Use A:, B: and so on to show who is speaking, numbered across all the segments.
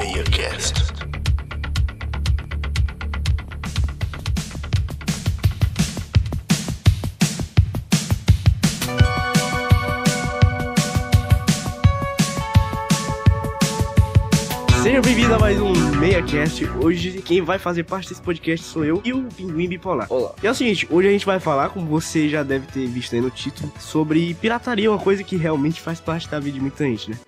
A: Podcast. Seja bem-vindo a mais um MeiaCast. Hoje, quem vai fazer parte desse podcast sou eu e o Pinguim Bipolar.
B: Olá.
A: E é o seguinte, hoje a gente vai falar, como você já deve ter visto aí no título, sobre pirataria, uma coisa que realmente faz parte da vida de muita gente, né?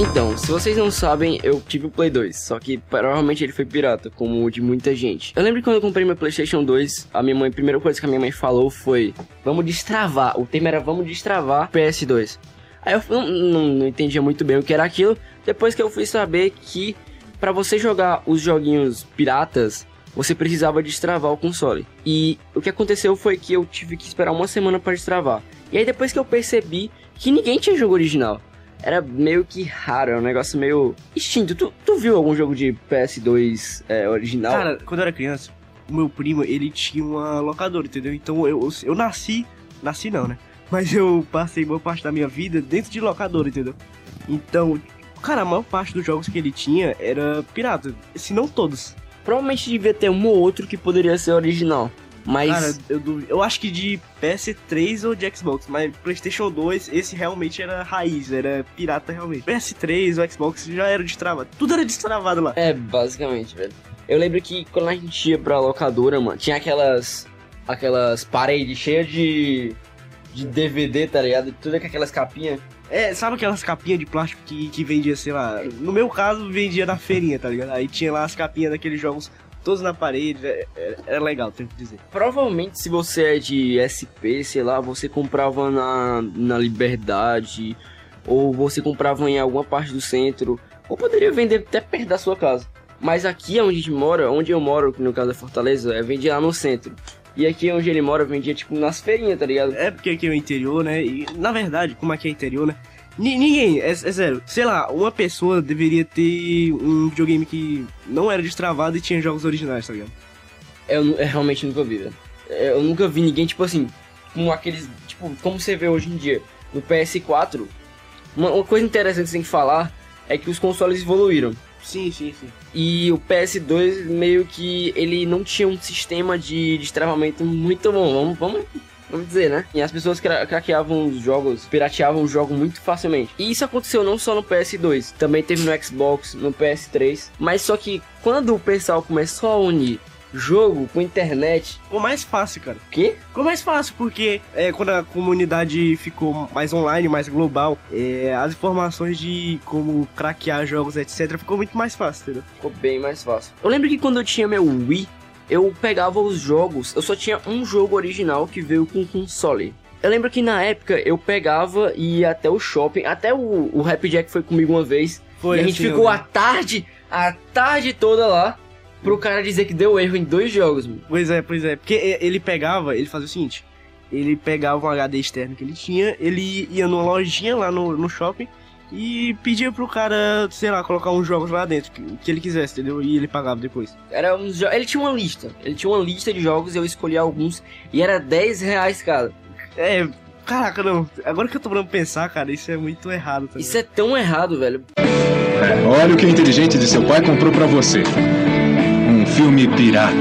B: Então, se vocês não sabem, eu tive o Play 2, só que provavelmente ele foi pirata, como o de muita gente. Eu lembro que quando eu comprei meu PlayStation 2, a minha mãe, a primeira coisa que a minha mãe falou foi: Vamos destravar. O tema era Vamos destravar PS2. Aí eu não, não, não entendia muito bem o que era aquilo. Depois que eu fui saber que pra você jogar os joguinhos piratas, você precisava destravar o console. E o que aconteceu foi que eu tive que esperar uma semana pra destravar. E aí depois que eu percebi que ninguém tinha jogo original era meio que raro, era um negócio meio extinto. Tu, tu viu algum jogo de PS2 é, original?
A: Cara, quando eu era criança, o meu primo, ele tinha uma locadora, entendeu? Então eu, eu, eu nasci, nasci não, né? Mas eu passei boa parte da minha vida dentro de locadora, entendeu? Então, cara, a maior parte dos jogos que ele tinha era pirata, se não todos.
B: Provavelmente devia ter um ou outro que poderia ser original. Mas
A: Cara, eu, duvi- eu acho que de PS3 ou de Xbox, mas PlayStation 2, esse realmente era raiz, era pirata realmente. PS3 ou Xbox já era destravado, tudo era destravado lá.
B: é basicamente, velho. Eu lembro que quando a gente ia pra locadora, mano, tinha aquelas aquelas paredes cheias de de DVD, tá ligado? Tudo com aquelas capinhas.
A: É, sabe aquelas capinhas de plástico que, que vendia, sei lá. No meu caso, vendia na feirinha, tá ligado? Aí tinha lá as capinhas daqueles jogos todos na parede. É, é- era legal, tenho que dizer.
B: Provavelmente se você é de SP, sei lá, você comprava na, na Liberdade, ou você comprava em alguma parte do centro, ou poderia vender até perto da sua casa. Mas aqui é onde a gente mora, onde eu moro, que no caso é Fortaleza, é vendia lá no centro. E aqui é onde ele mora, vendia tipo nas feirinhas, tá ligado?
A: É porque aqui é o interior, né? E na verdade, como aqui é interior, né? Ni- ninguém, é, é sério. Sei lá, uma pessoa deveria ter um videogame que não era destravado e tinha jogos originais, tá ligado?
B: Eu, nu- eu realmente nunca vi, velho. Eu nunca vi ninguém, tipo assim, com aqueles. Tipo, como você vê hoje em dia no PS4. Uma, uma coisa interessante que você tem que falar é que os consoles evoluíram.
A: Sim, sim, sim.
B: E o PS2 meio que ele não tinha um sistema de destravamento muito bom, vamos, vamos, vamos dizer, né? E as pessoas cra- craqueavam os jogos, pirateavam o jogo muito facilmente. E isso aconteceu não só no PS2, também teve no Xbox, no PS3. Mas só que quando o pessoal começou a unir jogo com internet,
A: Ficou mais fácil, cara.
B: o quê?
A: Ficou mais fácil, porque é, quando a comunidade ficou mais online, mais global, é, as informações de como craquear jogos, etc., ficou muito mais fácil, entendeu?
B: Ficou bem mais fácil. Eu lembro que quando eu tinha meu Wii, eu pegava os jogos, eu só tinha um jogo original que veio com um console. Eu lembro que na época eu pegava e ia até o shopping, até o, o Happy Jack foi comigo uma vez, e a gente
A: assim,
B: ficou
A: né?
B: a tarde, a tarde toda lá, pro cara dizer que deu erro em dois jogos, mano.
A: Pois é, pois é. Porque e- ele pegava, ele fazia o seguinte: ele pegava um HD externo que ele tinha, ele ia numa lojinha lá no, no shopping e pedia pro cara, sei lá, colocar uns jogos lá dentro que, que ele quisesse, entendeu? E ele pagava depois.
B: Era uns jo- Ele tinha uma lista, ele tinha uma lista de jogos, eu escolhi alguns, e era 10 reais, cara.
A: É, caraca, não. Agora que eu tô pra pensar, cara, isso é muito errado também.
B: Isso é tão errado, velho.
C: Olha o que o inteligente de seu pai comprou pra você. Um filme pirata.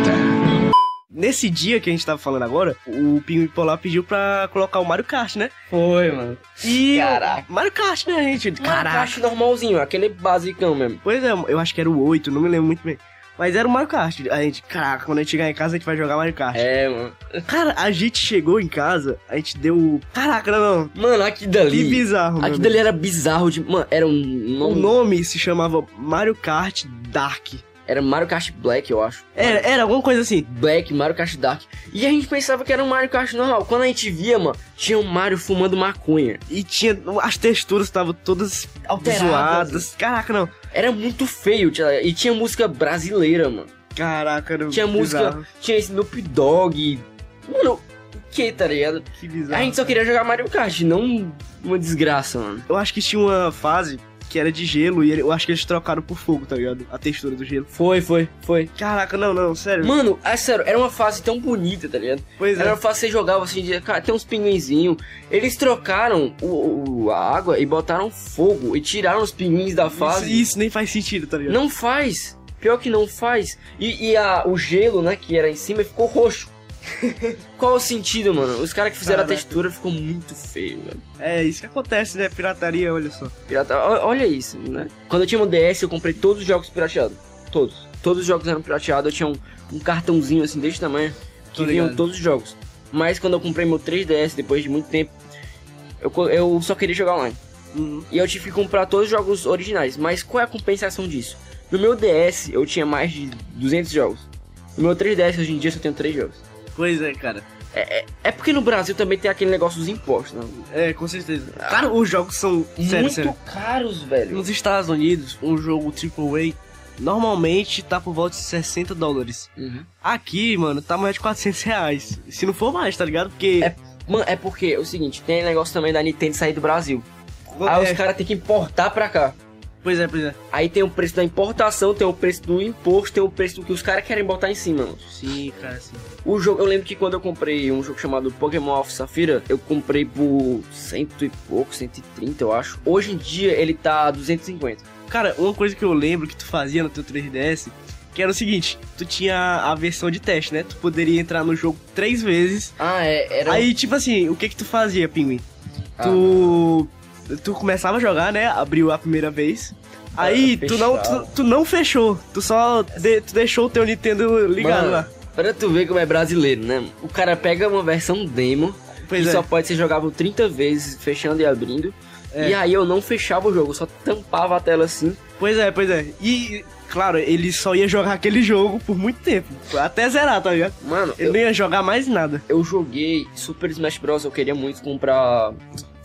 A: Nesse dia que a gente tava falando agora, o Pinguim Polar pediu pra colocar o Mario Kart, né?
B: Foi, mano.
A: E.
B: Caraca.
A: Mario Kart, né, gente?
B: Caraca.
A: Caraca.
B: normalzinho, aquele basicão mesmo.
A: Pois é, eu acho que era o 8, não me lembro muito bem. Mas era o Mario Kart. A gente, caraca, quando a gente chegar em casa, a gente vai jogar Mario Kart.
B: É, mano.
A: Cara, a gente chegou em casa, a gente deu. Caraca, não, não.
B: Mano, aqui
A: Que
B: dali.
A: bizarro,
B: Aqui
A: mano.
B: dali era bizarro de. Mano, era um
A: O
B: nome.
A: nome se chamava Mario Kart Dark.
B: Era Mario Kart Black, eu acho.
A: Era, era alguma coisa assim.
B: Black, Mario Kart Dark. E a gente pensava que era um Mario Kart normal. Quando a gente via, mano, tinha um Mario fumando maconha.
A: E tinha. As texturas estavam todas
B: Alteradas.
A: zoadas. Caraca, não.
B: Era muito feio, tia. E tinha música brasileira, mano.
A: Caraca, não.
B: Tinha música.
A: bizarro.
B: Tinha Snoop Dogg. Mano, o que, tá ligado?
A: Que bizarro.
B: A gente só queria jogar Mario Kart, não uma desgraça, mano.
A: Eu acho que tinha uma fase que era de gelo e ele- eu acho que eles trocaram por fogo, tá ligado? A textura do gelo.
B: Foi, foi, foi.
A: Caraca, não, não, sério.
B: Mano, é sério, era uma fase tão bonita, tá ligado?
A: pois
B: Era
A: é.
B: uma fase que você jogava assim, dizia, cara, tem uns pinguinzinhos. Eles trocaram o, o- a água e botaram fogo e tiraram os pinguins da
A: Isso,
B: fase.
A: isso nem faz sentido, tá ligado?
B: Não faz. Pior que não faz. E, e a, o gelo, né, que era em cima, ficou roxo. Qual o sentido, mano? Os caras que fizeram
A: Caraca.
B: a textura ficou muito feio, velho.
A: É isso que acontece, né? Pirataria, olha só.
B: Pirata... o- Olha isso, né? Quando eu tinha um DS, eu comprei todos os jogos pirateados. Todos. Todos os jogos eram pirateados. Eu tinha um, um cartãozinho assim desse tamanho que
A: Tô
B: vinham
A: ligado.
B: todos os jogos. Mas quando eu comprei meu 3DS, depois de muito tempo, eu, co- eu só queria jogar online.
A: Uhum.
B: E eu tive que comprar todos os jogos originais. Mas qual é a compensação disso? No meu DS eu tinha mais de 200 jogos. No meu 3DS hoje em dia eu só tenho 3 jogos.
A: Pois é, cara.
B: É porque no Brasil também tem aquele negócio dos impostos, né?
A: É, com certeza. Cara, os jogos são. Sério,
B: Muito
A: sério.
B: caros, velho.
A: Nos Estados Unidos, um jogo AAA normalmente tá por volta de 60 dólares.
B: Uhum.
A: Aqui, mano, tá mais de 400 reais. Se não for mais, tá ligado? Porque.
B: É, Mano, é porque é o seguinte, tem negócio também da Nintendo sair do Brasil. Aí
A: É,
B: os caras têm que importar pra cá.
A: Pois é, pois é.
B: Aí tem o preço da importação, tem o preço do imposto, tem o preço do que os caras querem botar em cima, mano.
A: Sim, cara, sim.
B: O jogo, eu lembro que quando eu comprei um jogo chamado Pokémon Alpha Safira, eu comprei por cento e pouco, 130, eu acho. Hoje em dia ele tá 250.
A: Cara, uma coisa que eu lembro que tu fazia no teu 3DS, que era o seguinte, tu tinha a versão de teste, né? Tu poderia entrar no jogo três vezes.
B: Ah, é, era
A: Aí, tipo assim, o que que tu fazia, Pinguim?
B: Ah.
A: Tu tu começava a jogar, né? Abriu a primeira vez. Aí tu não tu,
B: fechava.
A: tu não fechou, tu só de- tu deixou o teu Nintendo ligado
B: Mano,
A: lá.
B: Pra tu ver como é brasileiro, né? O cara pega uma versão demo,
A: Pois
B: que
A: é.
B: só pode ser jogável 30 vezes, fechando e abrindo.
A: É.
B: E aí eu não fechava o jogo, eu só tampava a tela assim.
A: Pois é, pois é. E claro, ele só ia jogar aquele jogo por muito tempo, até zerar, tá ligado?
B: Mano,
A: Ele
B: eu,
A: não ia jogar mais nada.
B: eu joguei Super Smash Bros. Eu queria muito comprar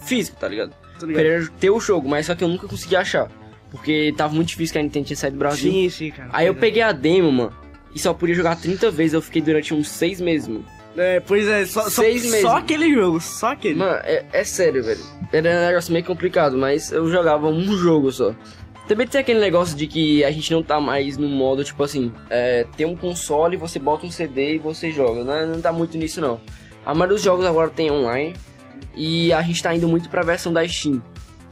B: físico, tá ligado?
A: Tá
B: Eu
A: ligado?
B: queria ter o jogo, mas só que eu nunca consegui achar. Porque tava muito difícil que a Nintendo tinha saído do Brasil.
A: Sim, sim, cara.
B: Aí eu
A: Pois é.
B: peguei a demo, mano. E só podia jogar 30 vezes, eu fiquei durante uns 6 meses, mano.
A: É, pois é, só, só,
B: Seis meses.
A: só aquele jogo, só aquele.
B: Mano, é, é sério, velho. Era um negócio meio complicado, mas eu jogava um jogo só. Também tem aquele negócio de que a gente não tá mais no modo, tipo assim, é, tem um console, você bota um CD e você joga. Não, não tá muito nisso, não. A maioria dos jogos agora tem online e a gente tá indo muito pra versão da Steam.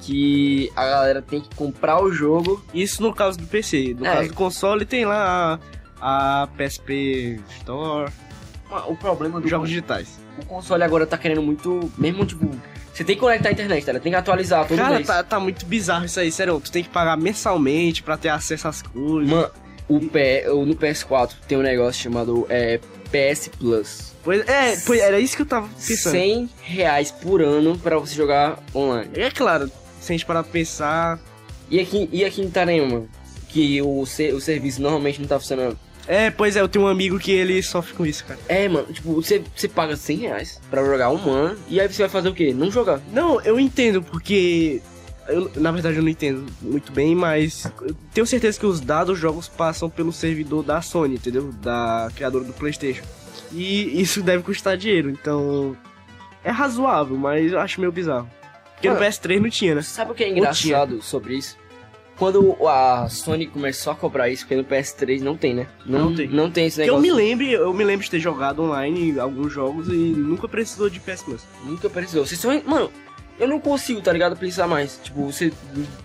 B: Que a galera tem que comprar o jogo.
A: Isso no caso do PC. No
B: É.
A: caso do console tem lá a, a PSP Store,
B: O problema
A: jogos digitais.
B: O console agora tá querendo muito. Mesmo tipo. Você tem que conectar a internet, tá? Tem que atualizar todo
A: Cara,
B: mês.
A: tá, tá muito bizarro isso aí, sério. Tu tem que pagar mensalmente pra ter acesso às coisas.
B: Mano, o P, o- no PS4 tem um negócio chamado é, PS Plus.
A: Pois, é, pois era isso que eu tava pensando.
B: 100 reais por ano pra você jogar online.
A: É claro, se a gente parar pra pensar.
B: E aqui, e aqui em Itarema, que o, se- o serviço normalmente não tá funcionando.
A: É, pois é, eu tenho um amigo que ele sofre com isso, cara.
B: É, mano, tipo, você, você paga 100 reais pra jogar um ano, e aí você vai fazer o quê? Não jogar.
A: Não, eu entendo, porque. eu- na verdade, eu não entendo muito bem, mas eu tenho certeza que os dados dos jogos passam pelo servidor da Sony, entendeu? Da criadora do PlayStation. E isso deve custar dinheiro, então. É razoável, mas eu acho meio bizarro. Porque no
B: Mano,
A: PS3 não tinha, né?
B: Sabe o que é
A: tinha.
B: engraçado sobre isso? Quando a Sony começou a cobrar isso, porque no PS3 não tem, né?
A: Não tem.
B: Não tem esse
A: Que eu
B: negócio.
A: me lembro, eu me lembro de ter jogado online alguns jogos e nunca precisou de PS Plus.
B: Nunca precisou. Vocês são. Mano, eu não consigo, tá ligado? Pensar mais. Tipo, você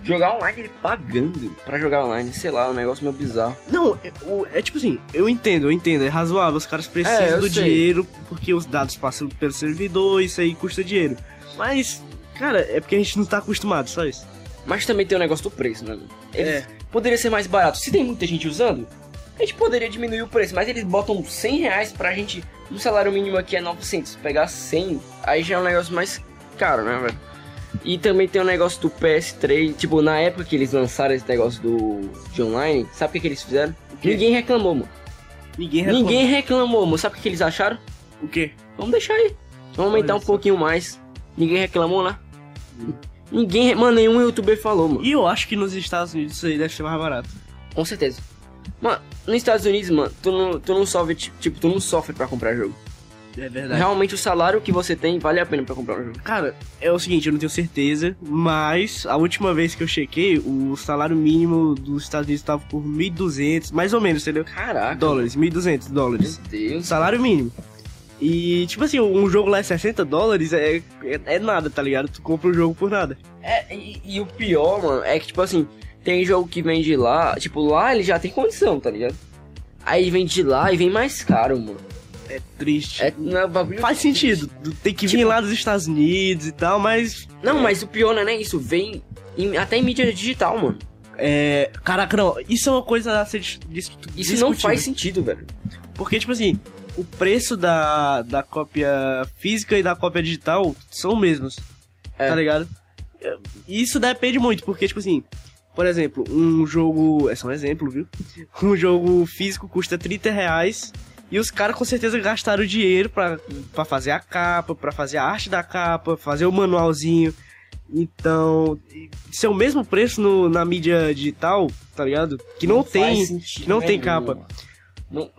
B: jogar online ele pagando pra jogar online, sei lá, um negócio meio bizarro.
A: Não, é, o- é tipo assim, eu entendo, eu entendo, é razoável, os caras precisam
B: É, eu
A: do
B: sei.
A: dinheiro porque os dados passam pelo servidor, isso aí custa dinheiro. Mas, cara, é porque a gente não tá acostumado, só isso.
B: Mas também tem o negócio do preço, né? mano? Eles-
A: É.
B: Poderia ser mais barato. Se tem muita gente usando, a gente poderia diminuir o preço, mas eles botam 100 reais pra gente. Um salário mínimo aqui é 900. Pegar 100, aí já é um negócio mais caro, né, velho? E também tem o negócio do PS3. Tipo, na época que eles lançaram esse negócio do de online, sabe o que, que eles fizeram?
A: quê?
B: Ninguém reclamou, mano.
A: Ninguém reclama.
B: Ninguém reclamou, moço. Sabe o que que eles acharam?
A: O quê?
B: Vamos deixar aí. Vamos aumentar
A: Olha só.
B: um pouquinho mais. Ninguém reclamou, né? Ninguém, re- mano, nenhum youtuber falou, mano.
A: E eu acho que nos Estados Unidos isso aí deve ser mais barato.
B: Com certeza. Mano, nos Estados Unidos, mano, tu não, tu não sofre, ti- tipo, tu não sofre pra comprar jogo.
A: É verdade.
B: Realmente o salário que você tem vale a pena pra comprar um jogo.
A: Cara, é o seguinte, eu não tenho certeza, mas a última vez que eu chequei, o salário mínimo dos Estados Unidos estava por 1.200, mais ou menos, entendeu?
B: Caraca.
A: Dólares, 1.200
B: Meu
A: dólares.
B: Deus.
A: Salário mínimo. E, tipo assim, um jogo lá é 60 dólares, é, é, é nada, tá ligado? Tu compra o jogo por nada.
B: É, e, e o pior, mano, é que, tipo assim, tem jogo que vem de lá, tipo, lá ele já tem condição, tá ligado? Aí vem de lá e vem mais caro, mano.
A: É triste.
B: É, não, é bagulho...
A: Faz sentido, tu tem que vir
B: Tipo-
A: lá dos Estados Unidos e tal, mas.
B: Não, mas o pior não é nem isso, vem em- até em mídia digital, mano.
A: É, caraca, não, isso é uma coisa a ser dis- dis-
B: Isso
A: discutida.
B: não faz sentido, velho.
A: Porque, tipo assim, o preço da, da cópia física e da cópia digital são mesmos.
B: É.
A: Tá ligado? É, Isso depende muito, porque, tipo assim, por exemplo, um jogo. É só um exemplo, viu? Um jogo físico custa 30 reais. E os caras com certeza gastaram dinheiro pra, pra fazer a capa, pra fazer a arte da capa, fazer o manualzinho. Então, se é o mesmo preço no- na mídia digital, tá ligado? Que não, tem.
B: faz sentido
A: não tem
B: nenhum,
A: capa.
B: mano.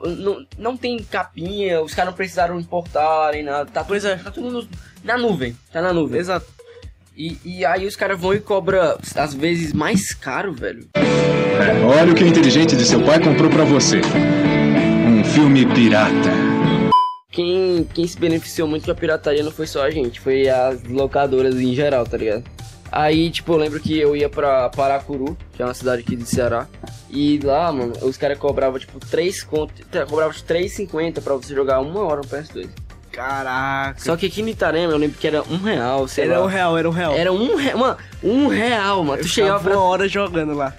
B: Não, não, não tem capinha, os caras não precisaram importar nem nada. Tá,
A: Pois é.
B: tá tudo no- na nuvem. Tá na nuvem.
A: Exato.
B: E, e aí os caras vão e cobra, às vezes, mais caro, velho.
C: É, Olha o que o inteligente de seu pai comprou pra você. Um filme pirata.
B: Quem, quem se beneficiou muito com a pirataria não foi só a gente, foi as locadoras em geral, tá ligado? Aí, tipo, eu lembro que eu ia pra Paracuru, que é uma cidade aqui do Ceará, e lá, mano, os caras cobravam, tipo, 3 conto, tá, cobravam tipo, 3,50 pra você jogar uma hora no PS2.
A: Caraca.
B: Só que aqui em Itarema, eu lembro que era um real, sei
A: Era
B: lá.
A: um real, era um real.
B: Era um real, mano, um real, mano. Tu
A: Eu
B: chegava
A: ficava
B: pra...
A: uma hora jogando lá.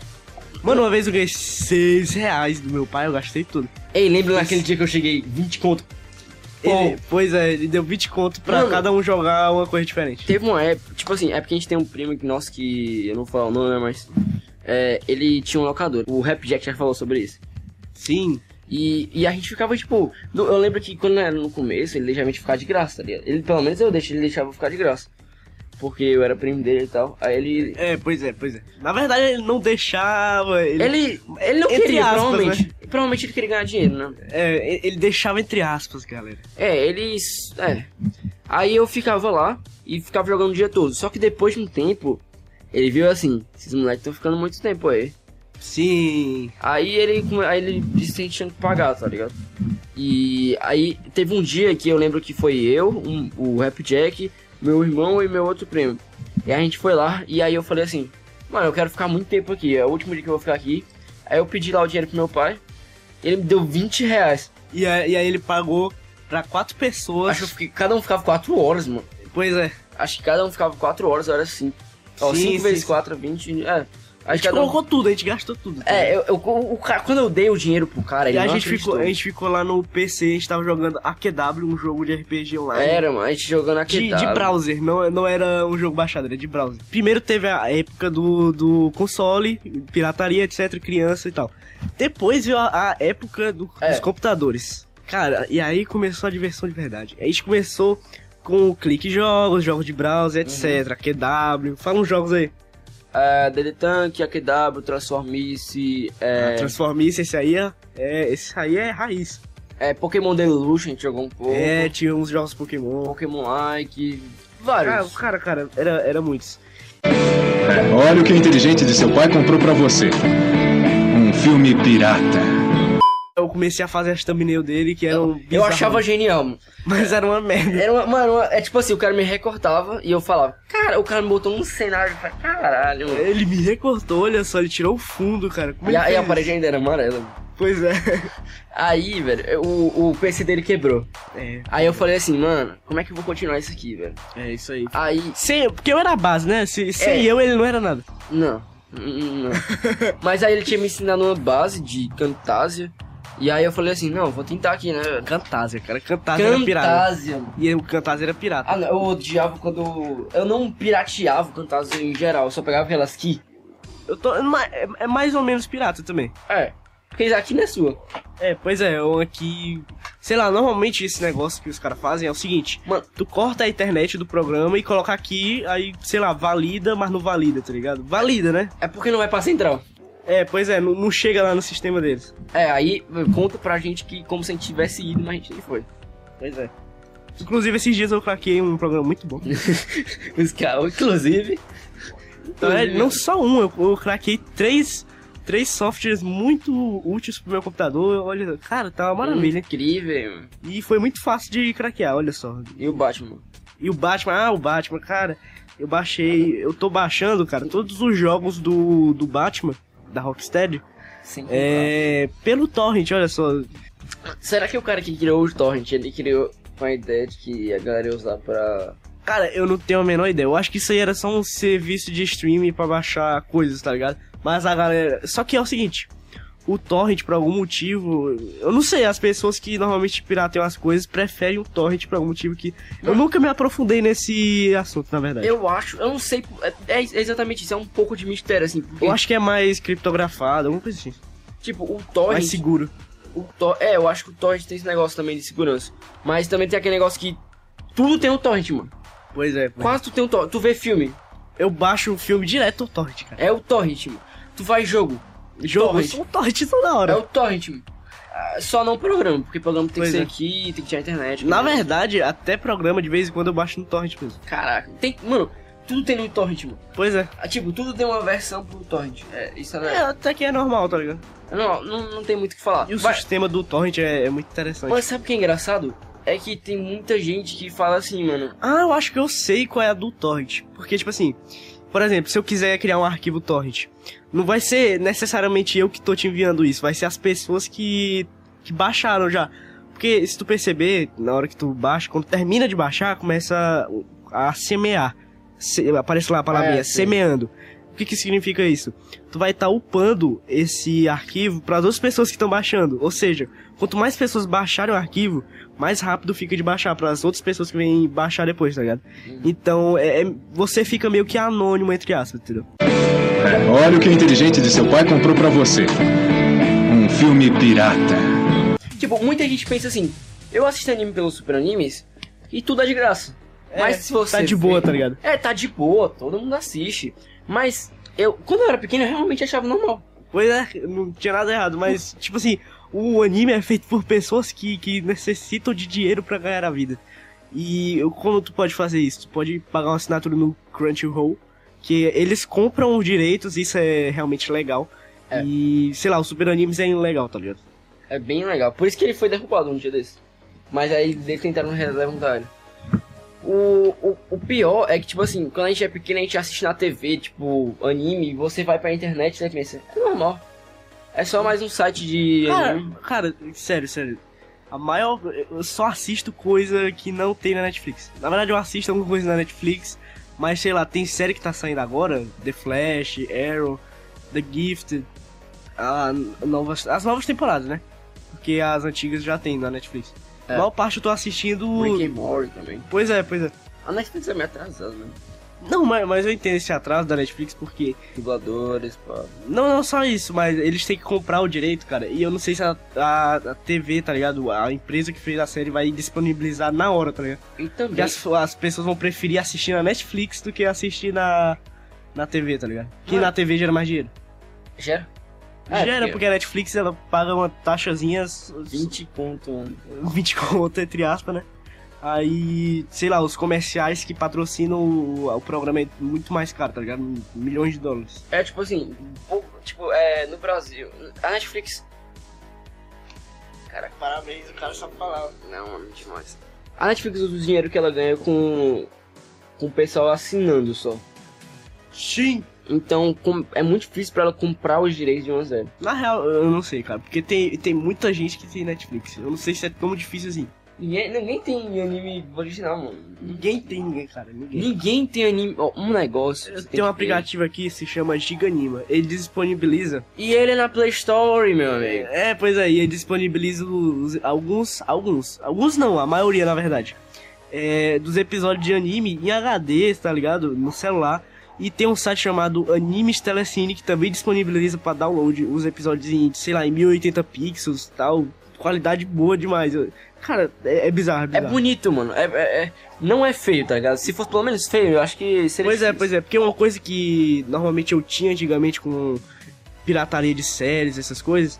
A: Mano, uma vez eu ganhei 6 reais do meu pai, eu gastei tudo.
B: Ei, lembra naquele dia que eu cheguei 20 conto
A: Ele- pois é, ele deu 20 conto pra
B: Mano.
A: cada um jogar uma coisa diferente.
B: Teve uma época, tipo assim, é porque a gente tem um primo que, nosso que eu não vou falar o nome, né, mas. é, ele tinha um locador. O Rap Jack já falou sobre isso.
A: Sim.
B: E, e a gente ficava, tipo. no- eu lembro que quando era no começo, ele deixava a gente ficar de graça, tá ligado? Ele, pelo menos eu deixei, ele deixava eu ficar de graça. Porque eu era primo dele e tal. Aí ele.
A: É, pois é, pois é. Na verdade, ele não deixava. Ele,
B: Ele, ele não
A: Entre
B: queria,
A: aspas, né?
B: provavelmente. Provavelmente ele queria ganhar dinheiro, né?
A: é, ele- ele deixava entre aspas, galera.
B: É, eles. É. Aí eu ficava lá e ficava jogando o dia todo. Só que depois de um tempo, ele viu assim: esses moleques estão ficando muito tempo aí.
A: Sim.
B: Aí ele, come- aí ele disse que a gente tinha que pagar, tá ligado? E aí teve um dia que eu lembro que foi eu, um- o Rap Jack, meu irmão e meu outro primo. E a gente foi lá e aí eu falei assim, mano, eu quero ficar muito tempo aqui, é o último dia que eu vou ficar aqui. Aí eu pedi lá o dinheiro pro meu pai, ele me deu 20 reais.
A: E, aí e aí ele pagou pra quatro pessoas.
B: Acho que cada um ficava 4 horas, mano.
A: Pois é.
B: Acho que cada um ficava 4 horas, era assim. Ó,
A: Sim,
B: 5
A: sim,
B: vezes
A: sim.
B: 4, 20. É.
A: A
B: Acho
A: gente
B: que cada um.
A: Tipo, colocou tudo, a gente gastou tudo. tá ligado?
B: É, eu, eu- o, cara, quando eu dei o dinheiro pro cara, ele
A: E a
B: não
A: gente, ficou,
B: acreditou.
A: a gente ficou lá no PC, a gente tava jogando AQW, um jogo de RPG online.
B: Era, mano, a gente jogando
A: De,
B: aqui.
A: de browser, não, não era um jogo baixado, era de browser. Primeiro teve a época do, do console, pirataria, etc, criança e tal. Depois veio a, a época do-
B: É.
A: dos computadores. Cara, e aí começou a diversão de verdade. A gente começou com o clique jogos, jogos de browser,
B: Uhum.
A: etc, QW, fala uns jogos aí.
B: É, DD Tank, AQW, Transformice,
A: É.
B: é,
A: Transformice, esse aí é, é- esse aí é raiz.
B: é, Pokémon Deluxe, a gente jogou um pouco.
A: É, tinha uns jogos Pokémon.
B: Pokémon Like,
A: Ah, Cara,
B: vários.
A: cara, cara, era, era muitos.
C: É, Olha o que o inteligente de seu pai comprou pra você. Um filme pirata.
A: Eu comecei a fazer as thumbnail dele, que eram
B: eu
A: bizarras.
B: achava genial, mano.
A: Mas era uma merda.
B: Era uma, mano, uma- é tipo assim, o cara me recortava e eu falava, cara, o cara me botou num cenário, eu falei, caralho, mano.
A: Ele me recortou, olha só, ele tirou o fundo, cara. Como
B: E
A: ele
B: a, e a
A: fez
B: parede ainda era amarela.
A: isso? Pois é.
B: Aí, velho, o, o PC dele quebrou.
A: é.
B: Aí eu falei assim, mano, como é que eu vou continuar isso aqui, velho?
A: É isso aí.
B: Aí,
A: Sem, porque eu era a base, né? Se- sem
B: É.
A: eu, ele não era nada.
B: Não, não. Mas aí ele tinha me ensinado uma base de Camtasia. E aí eu falei assim, não, vou tentar aqui, né? velho?
A: Cantasia, cara. Cantasia era pirata.
B: Camtasia. mano.
A: E o Cantasia era pirata.
B: Ah, não, eu odiava quando... Eu não pirateava o Camtasia em geral, eu só pegava aquelas que...
A: Eu tô, é ma- é é mais ou menos pirata também.
B: É, porque aqui não é sua.
A: É, pois é, eu aqui. Sei lá, normalmente esse negócio que os caras fazem é o seguinte:
B: Mano.
A: tu corta a internet do programa e coloca aqui, aí, sei lá, valida, mas não valida, tá ligado? Valida, né?
B: É porque não vai pra central.
A: É, pois é, não, não chega lá no sistema deles.
B: É, aí conta pra gente que como se a gente tivesse ido, mas a gente não foi.
A: Pois é. Inclusive, esses dias eu craquei um programa muito bom.
B: Os caras, inclusive.
A: Então, é, não só um, eu, eu craquei três, três softwares muito úteis pro meu computador. Olha, cara, tá uma
B: Hum.
A: maravilha.
B: Incrível.
A: E foi muito fácil de craquear, olha só.
B: E o Batman?
A: E o Batman, ah, o Batman, cara, eu baixei, eu tô baixando, cara, todos os jogos do, do Batman, da Rocksteady,
B: Sim.
A: é, pelo torrent, olha só.
B: Será que o cara que criou o Torrent, ele criou com a ideia de que a galera ia usar pra...
A: Cara, eu não tenho a menor ideia. Eu acho que isso aí era só um serviço de streaming pra baixar coisas, tá ligado? Mas a galera. Só que é o seguinte: o torrent, por algum motivo. Eu não sei, as pessoas que normalmente pirateiam as coisas preferem o torrent por algum motivo que. Eu nunca me aprofundei nesse assunto, na verdade. Eu,
B: Eu acho, eu não sei, é, é exatamente isso, é um pouco de mistério, assim, porque,
A: acho que é mais criptografado, alguma coisa assim.
B: tipo, o Torrent...
A: Mais seguro.
B: O Tor- É, eu acho que o Torrent tem esse negócio também de segurança. Mas também tem aquele negócio que tudo tem um Torrent, mano.
A: Pois é.
B: Quase tu tem um Torrent. Tu vê filme,
A: Eu baixo o filme direto ao torrent, cara.
B: é o Torrent, mano. Tu faz jogo,
A: Jogo,
B: torrent.
A: só o torrent toda hora.
B: é o Torrent, mano. Ah, Só não programa, porque programa tem
A: Pois
B: que ser
A: é.
B: aqui, tem que ter a internet.
A: Na
B: né?
A: verdade, até programa de vez em quando eu baixo no torrent mesmo.
B: Caraca, tem... Mano, tudo tem no Torrent, mano.
A: Pois é.
B: Ah, Tipo, tudo tem uma versão pro Torrent. É, isso
A: É,
B: é...
A: até que é normal, tá ligado?
B: Não, não, não tem muito o que falar.
A: E o
B: Vai-
A: sistema do torrent é, é muito interessante.
B: Mas sabe o que é engraçado? É que tem muita gente que fala assim, mano.
A: Ah, eu acho que eu sei qual é a do torrent. Porque, tipo assim, por exemplo, se eu quiser criar um arquivo torrent, não vai ser necessariamente eu que tô te enviando isso, vai ser as pessoas que, que baixaram já. Porque se tu perceber, na hora que tu baixa, quando termina de baixar, começa a semear. Se- aparece lá a palavrinha,
B: É, sim.
A: semeando. O que, que significa isso? Tu vai estar upando esse arquivo para as outras pessoas que estão baixando. Ou seja, quanto mais pessoas baixarem o arquivo, mais rápido fica de baixar para as outras pessoas que vêm baixar depois, tá ligado? Então, é, é- você fica meio que anônimo, entre aspas, entendeu?
C: Olha o que é inteligente de seu pai comprou pra você. Um filme pirata.
B: Tipo, muita gente pensa assim, eu assisto anime pelos super animes e tudo é de graça. Mas
A: É,
B: se você.
A: tá de boa, tá ligado?
B: É, tá de boa, todo mundo assiste. Mas eu, quando eu era pequeno, eu realmente achava normal.
A: Pois é, não tinha nada errado, mas, tipo assim, o anime é feito por pessoas que, que necessitam de dinheiro pra ganhar a vida. E eu- como tu pode fazer isso? Tu pode pagar uma assinatura no Crunchyroll, que eles compram os direitos, isso é realmente legal.
B: É.
A: E, sei lá, o Super Animes é legal, tá ligado?
B: É bem legal. Por isso que ele foi derrubado um dia desse. Mas aí eles tentaram levantar ele. O, o, o pior é que, tipo assim, quando a gente é pequeno, a gente assiste na TV, tipo, anime, você vai pra internet, né, pensa, é normal. É só mais um site de
A: Cara,
B: anime.
A: cara, sério, sério. A maior. Eu só assisto coisa que não tem na Netflix. Na verdade, eu assisto alguma coisa na Netflix, mas sei lá, tem série que tá saindo agora: The Flash, Arrow, The Gifted, a novas, as novas temporadas, né? Porque as antigas já tem na Netflix.
B: É.
A: A maior parte eu tô assistindo.
B: Rick and Morty também.
A: Pois é, pois é.
B: A Netflix é meio atrasada, né?
A: Não, mas, mas eu entendo esse atraso da Netflix porque
B: Dubladores, pá.
A: Não, não só isso, mas eles têm que comprar o direito, cara. E eu não sei se a, a, a TV, tá ligado? A empresa que fez a série vai disponibilizar na hora, tá ligado?
B: E
A: Porque
B: também.
A: as, as pessoas vão preferir assistir na Netflix do que assistir na, na TV, tá ligado? Que
B: Mano.
A: na TV gera mais dinheiro.
B: Gera? É,
A: gera, porque... a Netflix ela paga uma taxazinha s-
B: 20 ponto. um.
A: 20 conto, entre aspas, né? Aí, sei lá, os comerciais que patrocinam o, o programa é muito mais caro, tá ligado? Milhões de dólares.
B: É tipo assim, o- tipo, é, no Brasil, a Netflix. Caraca,
A: Parabéns, o cara sabe falar.
B: não, mano, demais. A Netflix usa o dinheiro que ela ganha com, com o pessoal assinando só.
A: Sim!
B: Então com- é muito difícil pra ela comprar os direitos de uma série.
A: Na real, eu não sei, cara, porque tem, tem muita gente que tem Netflix. Eu não sei se é tão difícil assim.
B: Ninguém, ninguém tem anime original, mano.
A: Ninguém tem ninguém, cara, ninguém.
B: Ninguém tem anime. ó, um negócio. que você
A: Tem um
B: que ver.
A: aplicativo aqui que se chama Giganima. Ele disponibiliza.
B: E ele é na Play Store, meu amigo.
A: É, pois aí, ele disponibiliza os- alguns, alguns, alguns não, a maioria na verdade. É, dos episódios de anime em HD, tá ligado? No celular. E tem um site chamado Animes Telecine que também disponibiliza pra download os episódios em, sei lá, em 1080 pixels tal. Qualidade boa demais. Eu- Cara, é, é bizarro, é
B: É
A: bizarro.
B: bonito, mano. É, é- é- não é feio, tá ligado? Se fosse pelo menos feio, eu acho que seria.
A: Pois é,
B: difícil.
A: pois é, porque uma coisa que normalmente eu tinha antigamente com pirataria de séries, essas coisas,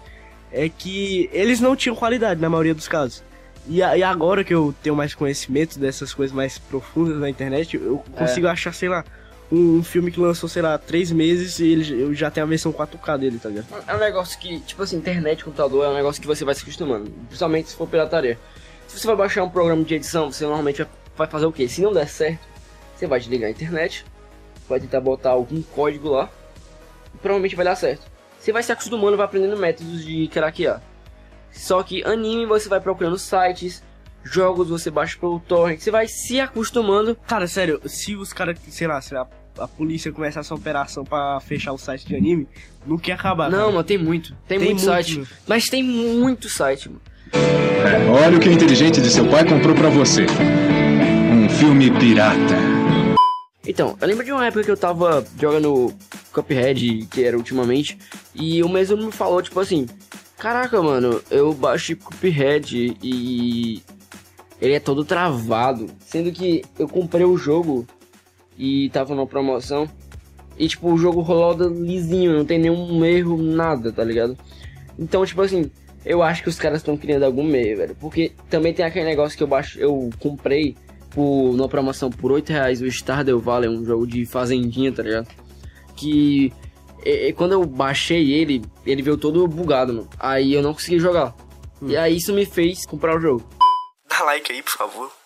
A: é que eles não tinham qualidade na maioria dos casos. E, a- e agora que eu tenho mais conhecimento dessas coisas mais profundas na internet, eu
B: É.
A: consigo achar, sei lá, um, um filme que lançou, sei lá, três meses e ele, eu já tenho a versão 4K dele, tá ligado?
B: É um negócio que, tipo assim, internet, computador, é um negócio que você vai se acostumando. Principalmente se for pirataria. Se você vai baixar um programa de edição, você normalmente vai- vai fazer o quê? Se não der certo, você vai desligar a internet, vai tentar botar algum código lá, e provavelmente vai dar certo. Você vai se acostumando, vai aprendendo métodos de craquear. Só que anime você vai procurando sites, jogos você baixa pelo torrent, você vai se acostumando.
A: Cara, sério, se os caras, sei lá, se a, a polícia começar essa operação pra fechar o site de anime, não quer acabar.
B: Não,
A: cara.
B: mano, tem muito. Tem,
A: Ah, Tem
B: muito,
A: muito,
B: site.
A: meu.
B: Mas tem muito site, mano.
C: É, Olha o que o inteligente de seu pai comprou pra você. Um filme pirata.
B: Então, eu lembro de uma época que eu tava jogando Cuphead, que era ultimamente, e o mesmo me falou, tipo assim, caraca, mano, eu baixei Cuphead e ele é todo travado. Sendo que eu comprei o jogo e tava numa promoção, e tipo, o jogo rolou lisinho, não tem nenhum erro, nada, tá ligado? Então, tipo assim, eu acho que os caras estão criando algum meio, velho. Porque também tem aquele negócio que eu baixo, eu comprei por, numa promoção por 8 reais o Stardew Valley, um jogo de fazendinha, tá ligado? Que é, é, quando eu baixei ele, ele veio todo bugado, mano. Aí eu não consegui jogar. E aí isso me fez comprar o jogo.
A: Dá like aí, por favor.